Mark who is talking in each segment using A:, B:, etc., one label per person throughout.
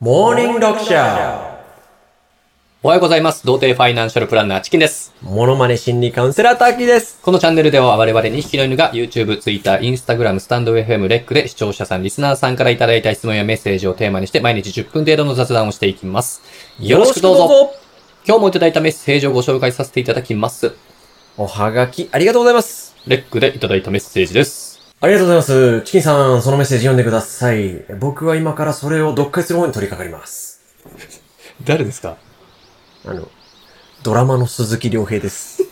A: モーニング読者
B: おはようございます。童貞ファイナンシャルプランナーチキンです。
A: モノマネ心理カウンセラー滝です。
B: このチャンネルでは我々2匹の犬が YouTube、Twitter、Instagram、スタンド FM、レックで視聴者さん、リスナーさんからいただいた質問やメッセージをテーマにして毎日10分程度の雑談をしていきます。よろしくどうぞ。今日もいただいたメッセージをご紹介させていただきます。
A: おはがき、ありがとうございます。
B: レックでいただいたメッセージです。
A: ありがとうございます。チキンさん、そのメッセージ読んでください。僕は今からそれを読解する方に取り掛かります。
B: 誰ですか
A: あの、ドラマの鈴木亮平 です。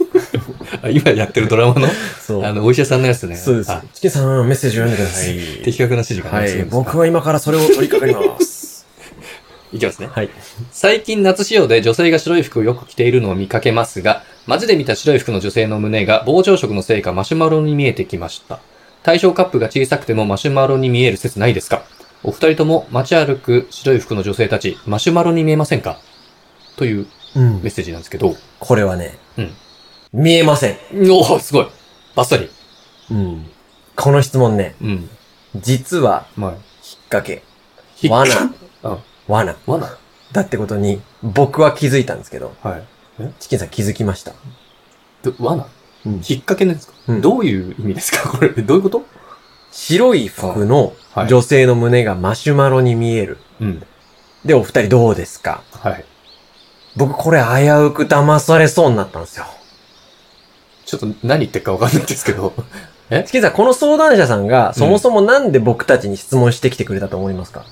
B: あ今やってるドラマの
A: そ
B: あ
A: う。
B: の、お医者さんのやつね。
A: そうです
B: あ。
A: チキンさん、メッセージ読んでくだ さい。
B: 的確な指示が
A: は
B: ねする
A: い。
B: んですか
A: 僕は今からそれを取り掛かり ます。
B: いきますね。
A: はい。
B: 最近夏仕様で女性が白い服をよく着ているのを見かけますが、街で見た白い服の女性の胸が膨張色のせいかマシュマロに見えてきました。対象カップが小さくてもマシュマロに見える説ないですかお二人とも街歩く白い服の女性たち、マシュマロに見えませんかという
A: うん
B: メッ。セージなんですけど。
A: これはね、
B: うん
A: 見えません。
B: おおすごいバッサリ。
A: うん。この質問ね、
B: うん。
A: 実は、
B: まあ、
A: 引っ掛け。
B: ひ
A: 罠。
B: うん。
A: 罠。
B: 罠
A: だってことに、僕は気づいたんですけど、
B: はい。
A: チキンさん気づきました。
B: ど罠
A: うん
B: 引っ掛けなんですか、
A: うん
B: どういう意味ですかこれ、どういうこと
A: 白い服の
B: はい
A: 女性の胸がマシュマロに見える。
B: うん。
A: で、お二人どうですか
B: はい。
A: 僕これ危うく騙されそうになったんですよ。
B: ちょっと何言ってるかわかんないですけど。
A: チキンさん、この相談者さんが、そもそもなんで僕たちに質問してきてくれたと思いますか、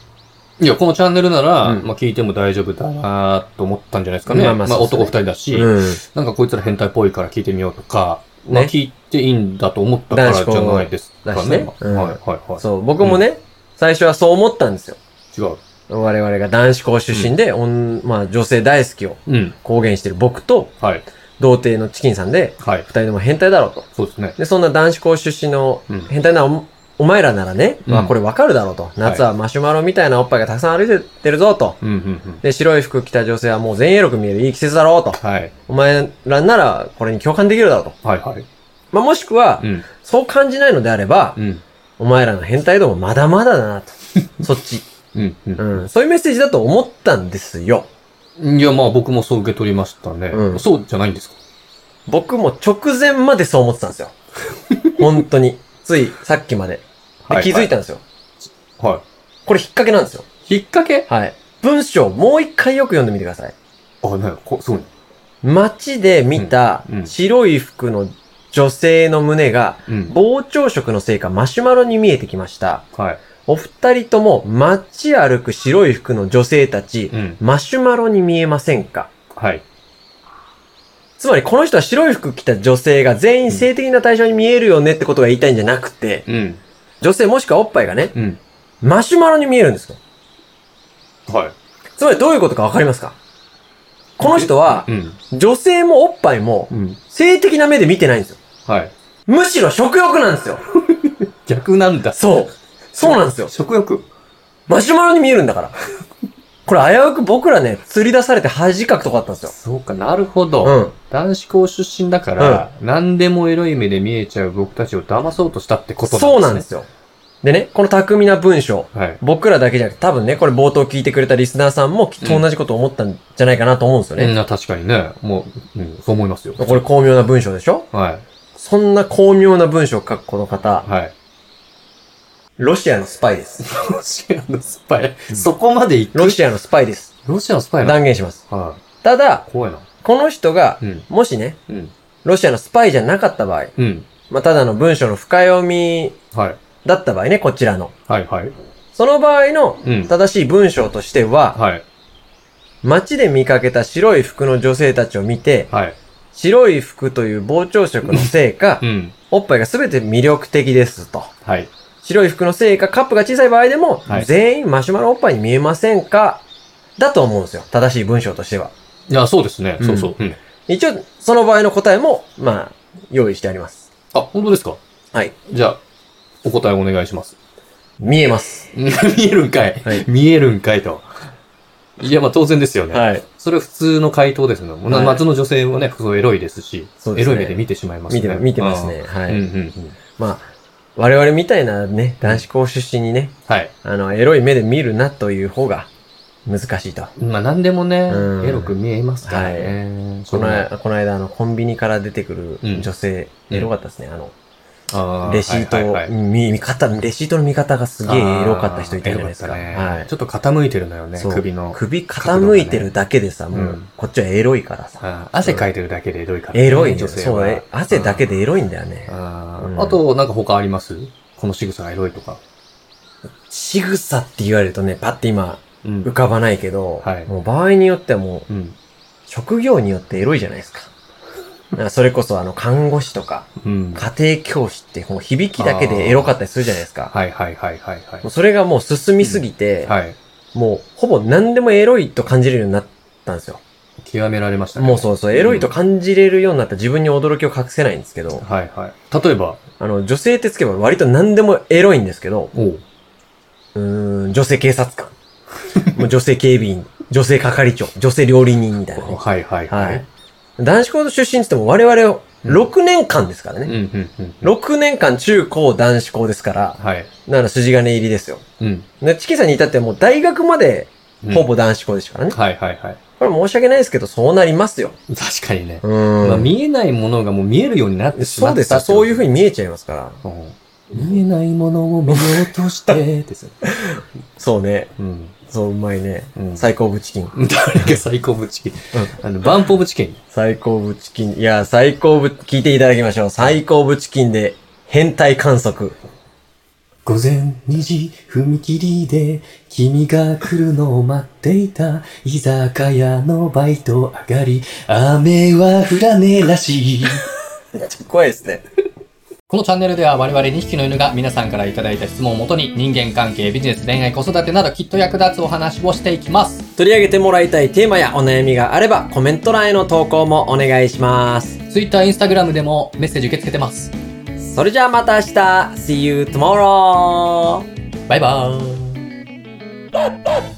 B: いや、このチャンネルなら、
A: うん
B: まあ聞いても大丈夫だなと思ったんじゃないですかね。
A: ま
B: ま
A: あ
B: あ、
A: まあそうですね
B: 男二人だし、
A: うん。
B: なんかこいつら変態っぽいから聞いてみようとか、まあ
A: ね
B: 聞いていいんだと思ったからじゃないですか
A: 男子校だし
B: ね
A: ね。うん
B: はいはいはい。
A: そう、僕もね、最初はそう思ったんですよ。
B: 違う。
A: 我々が男子校出身で、女まあ、女性大好きを
B: うん。
A: 公言してる僕と、
B: はい。
A: 童貞のチキンさんで、
B: はい
A: 二。人とも変態だろうと。
B: そうですね。
A: で、そんな男子校出身の
B: うん
A: 変態なお,、前らならね、
B: うん
A: まあこれわかるだろうと。夏はマシュマロみたいなおっぱいがたくさん歩いてるぞと。
B: うんうんうん。
A: で、白い服着た女性はもう全英力見えるいい季節だろうと。
B: はい。
A: お前らならこれに共感できるだろうと。
B: はいはい。
A: まあもしくは、
B: うん。
A: そう感じないのであれば
B: う、ん。
A: お前らの変態度もまだまだだ なと。そっち。
B: うん。
A: うん。そういうメッセージだと思ったんですよ。
B: うん。いや、まあ僕もそう受け取りましたね。
A: うん
B: そうじゃないんですか
A: 僕も直前までそう思ってたんですよ。本当に。ついさっきまで。で気づいたんですよ。
B: は
A: これ引っ掛けなんですよ。
B: い。引っ掛け
A: はい。文章もう一回よく読んでみてください。
B: あ、なんか、こすごいね。
A: 街で見た
B: うんうん
A: 白い服の女性の胸が
B: うん。
A: 膨張色のせいかマシュマロに見えてきました。
B: はい。
A: お二人とも街歩く白い服の女性たち、
B: うん。
A: マシュマロに見えませんか
B: はい。
A: つまりこの人は白い服着た女性が全員性的な対象に見えるよねってことが言いたいんじゃなくて、
B: うん。
A: 女性もしくはおっぱいがね、
B: うん。
A: マシュマロに見えるんですよ。
B: はい。
A: つまりどういうことかわかりますかこの人は
B: うん。
A: 女性もおっぱいも
B: うん。
A: 性的な目で見てないんですよ。
B: はい。
A: むしろ食欲なんですよ。
B: 逆なんだ。
A: そう。そうなんですよ。
B: 食欲。
A: マシュマロに見えるんだから。これ危うく僕らね、釣り出されて恥かくとこだったんですよ。
B: そうか、なるほど。
A: うん。
B: 男子校出身だから、何でもエロい目で見えちゃう僕たちを騙そうとしたってこと
A: そうな
B: なんん
A: で
B: です
A: すよ。でね、この巧みな文章。
B: ね。はい。
A: 僕らだけじゃなくて、多分ね、これ冒頭聞いてくれたリスナーさんもきっと同じこと思ったんじゃないかなと思うんですよ
B: みん
A: ね。
B: な確かにね、もう、うん、そう思いますよ。
A: これ巧妙な文章でしょ
B: はい。
A: そんな巧妙な文章を書くこの方、
B: はい。
A: ロシアのスパイです。
B: ロシアのスパイ。そこまで行く
A: ロシアのスパイです。
B: ロシアのスパイなの
A: 断言します。
B: は
A: ただ
B: い。、怖いな。
A: この人が
B: う、ん。
A: もしね、
B: うん。
A: ロシアのスパイじゃなかった場合、
B: うん。
A: まあ、ただの文章の深読み
B: はい。
A: だった場合ね、こちらの。
B: はいはい。
A: その場合の
B: うん。
A: 正しい文章としては、
B: はい。
A: 街で見かけた白い服の女性たちを見て、
B: はい。
A: 白い服という膨張色のせいか
B: う、ん。
A: おっぱいが全て魅力的ですと。
B: はい。
A: 白い服のせいか、カップが小さい場合でも、
B: はい
A: 全員マシュマロおっぱいに見えませんかだと思うんですよ。正しい文章としては。
B: いや、そうですね。
A: うん
B: そうそう。うん。
A: 一応、その場合の答えも、まあ、用意してあります。
B: あ、本当ですか
A: はい。
B: じゃあ、お答えお願いします。
A: 見えます。
B: 見えるんかい,、
A: はい
B: 見えるんかいと。いや、まあ当然ですよね。
A: はい。
B: それは普通の回答ですね。
A: い
B: 夏の女性はね、そうエロいですし、
A: そうで
B: エ
A: すね
B: ロい目で見てしまいます
A: 見
B: ね。
A: て、見てますね。
B: あ
A: は
B: ー。
A: い。
B: うんうん。
A: まあ、我々みたいなね、男子校出身にね、
B: はい。
A: あの、エロい目で見るなという方が、難しいと。
B: まあ何でもね、
A: うん
B: エロく見えますからね。
A: この
B: あ
A: 間、この間、あの、コンビニから出てく
B: うん
A: る女性、エロかったですね。あの、
B: ー
A: レシート、
B: はいはいはい
A: 見、見方、レシートの見方がすげえエロかった人いたじゃないですか。
B: あーエロった
A: は
B: ね
A: い
B: ち。ょっと傾いてるのよね、
A: そう
B: 首の。
A: 首傾いてるだけでさ、
B: 角度が
A: も
B: ね
A: う、こっちはエロいからさ。
B: あー汗かいてるだけでエロいからね、
A: エロいんだ
B: 女
A: よ。
B: 性は
A: そうね。汗だけでエロいんだよね。
B: あ
A: う
B: ー
A: ん
B: あと、なんか他ありますこの仕草がエロいとか。
A: 仕草って言われるとね、パッて今、
B: うん
A: 浮かばないけど、
B: はい
A: もう場合によってはもう、
B: うん。
A: 職業によってエロいじゃないですか。だからそれこそあの、看護師とか、
B: うん。
A: 家庭教師って、もう響きだけでエロかったりするじゃないですか。
B: はいはいはいはいは
A: もうそれがもう進みすぎて、
B: い。はい。
A: もうほぼ何でもエロいと感じれるようになったんですよ。
B: 極められましたね。
A: もうそうそう、エロいと感じれるようになった自分に驚きを隠せないんですけど、
B: はいはい。例えば、
A: あの、女性ってつけば割と何でもエロいんですけど、
B: おう
A: うーん、女性警察 官、もう女性警備員、女性係長、女性料理人みたいなね、
B: はいはいは
A: はいい。。男子校の出身って言っても我々6年間ですから
B: うん
A: ね。
B: うんうん。
A: 6年間中高男子校ですから、
B: はい。
A: だから筋金入りですよ。
B: うん。
A: でチキさんに至ってはもう大学まで
B: うん
A: ほぼ男子校ですからね。
B: はいはいはい。
A: これ申し訳ないですけど、そうなりますよ。
B: 確かにね。
A: うん。
B: まあ見えないものがもう見えるようになってしま
A: そ
B: っ
A: う
B: た
A: ですよ。そういう風
B: に。
A: に見えちゃいますから。
B: うん見えないものを見ようとして、ですよね。
A: そうね。
B: うん。
A: そう、うまいね。
B: うん
A: 最高部チキン。
B: 誰が最高部チキンあの、バンポブチキン。
A: 最高部チキン。いや、最高部、聞いていただきましょう。最高部チキンで、変態観測。
B: 午前2時、踏切で、君が来るのを待っていた、居酒屋のバイト上がり、雨は降らねえらしい。
A: 怖いですね。
B: このチャンネルでは我々2匹の犬が皆さんからいただいた質問をもとに人間関係、ビジネス、恋愛、子育てなどきっと役立つお話をしていきます。
A: 取り上げてもらいたいテーマやお悩みがあれば、コメント欄への投稿もお願いします。
B: Twitter、Instagram でもメッセージ受け付けてます。
A: それじゃあまた明日 !See you tomorrow!
B: バイバーイ。